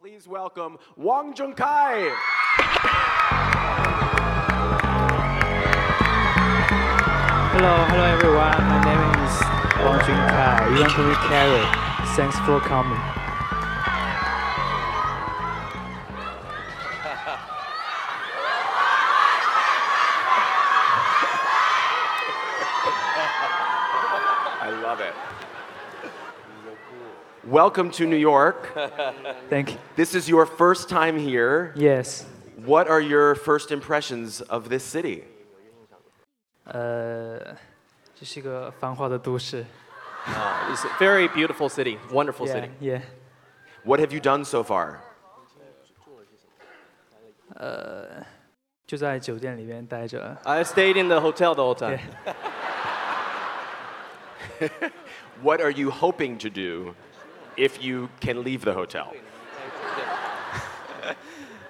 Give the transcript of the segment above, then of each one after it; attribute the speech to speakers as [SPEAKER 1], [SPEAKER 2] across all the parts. [SPEAKER 1] Please welcome Wang Jung Kai.
[SPEAKER 2] h e l l o hello everyone. My name is Wang Junkai. You want to be carry. Thanks for coming.
[SPEAKER 1] I love it. Welcome to New York.
[SPEAKER 2] Thank you.
[SPEAKER 1] This is your first time here.
[SPEAKER 2] Yes.
[SPEAKER 1] What are your first impressions of this city?
[SPEAKER 2] 呃，这是一个繁华的都市。
[SPEAKER 3] It's a very beautiful city, wonderful
[SPEAKER 2] Yeah,
[SPEAKER 3] city.
[SPEAKER 2] yeah.
[SPEAKER 1] What have you done so far?
[SPEAKER 2] 就在酒店里面待着。
[SPEAKER 3] I stayed in the hotel the whole time.
[SPEAKER 1] What are you hoping to do if you can leave the hotel?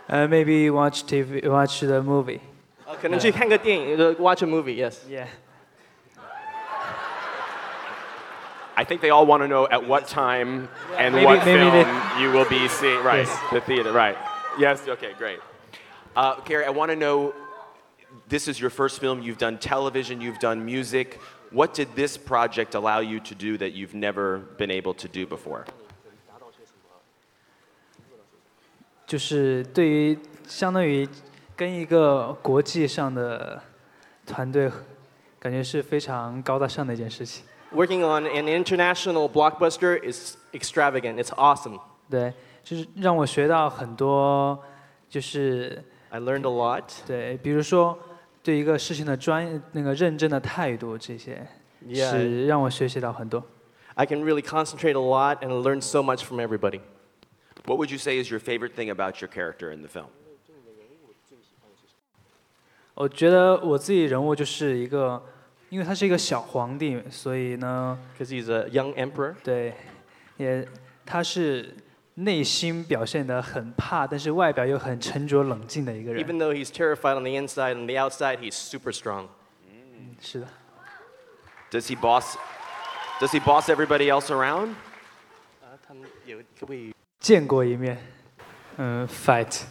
[SPEAKER 2] 呃、m a y b e watch TV, watch the movie.
[SPEAKER 3] 呃可能去看个电影呃，watch a movie. Yes.
[SPEAKER 2] Yeah.
[SPEAKER 1] I think they all want to know at what time and
[SPEAKER 2] Maybe-
[SPEAKER 1] what
[SPEAKER 2] maybe
[SPEAKER 1] film
[SPEAKER 2] they-
[SPEAKER 1] you will be seeing. Right,
[SPEAKER 2] Yes.
[SPEAKER 1] the theater. Right. Yes. Okay. Great. Uh, Carrie, I want to know. This is your first film. You've done television. You've done music. What did this project allow you to do that you've never been able to do before?
[SPEAKER 2] 就是对于相当于跟一个国际上的团队，感觉是非常高大上的一件事情。
[SPEAKER 3] Working on an international blockbuster is extravagant. It's awesome.
[SPEAKER 2] 对，就是让我学到很多，就是。
[SPEAKER 3] I learned a lot.
[SPEAKER 2] 对，比如说对一个事情的专那个认真的态度，这些
[SPEAKER 3] Yeah.
[SPEAKER 2] 是让我学习到很多。
[SPEAKER 3] I can really concentrate a lot and learn so much from everybody.
[SPEAKER 1] What would you say is your favorite thing about your character in the film?
[SPEAKER 2] 我觉得我自己人物就是一个，因为他是一个小皇帝，所以呢，
[SPEAKER 3] Because he's a young emperor.
[SPEAKER 2] 对，也他是内心表现得很怕，但是外表又很沉着冷静的一个人。
[SPEAKER 3] Even though he's terrified on the inside, on the outside, he's super strong.
[SPEAKER 2] 是的，
[SPEAKER 1] Does he boss? Does he boss everybody else around?
[SPEAKER 3] 啊，他们有可不可以
[SPEAKER 2] 见过一面，嗯，fight。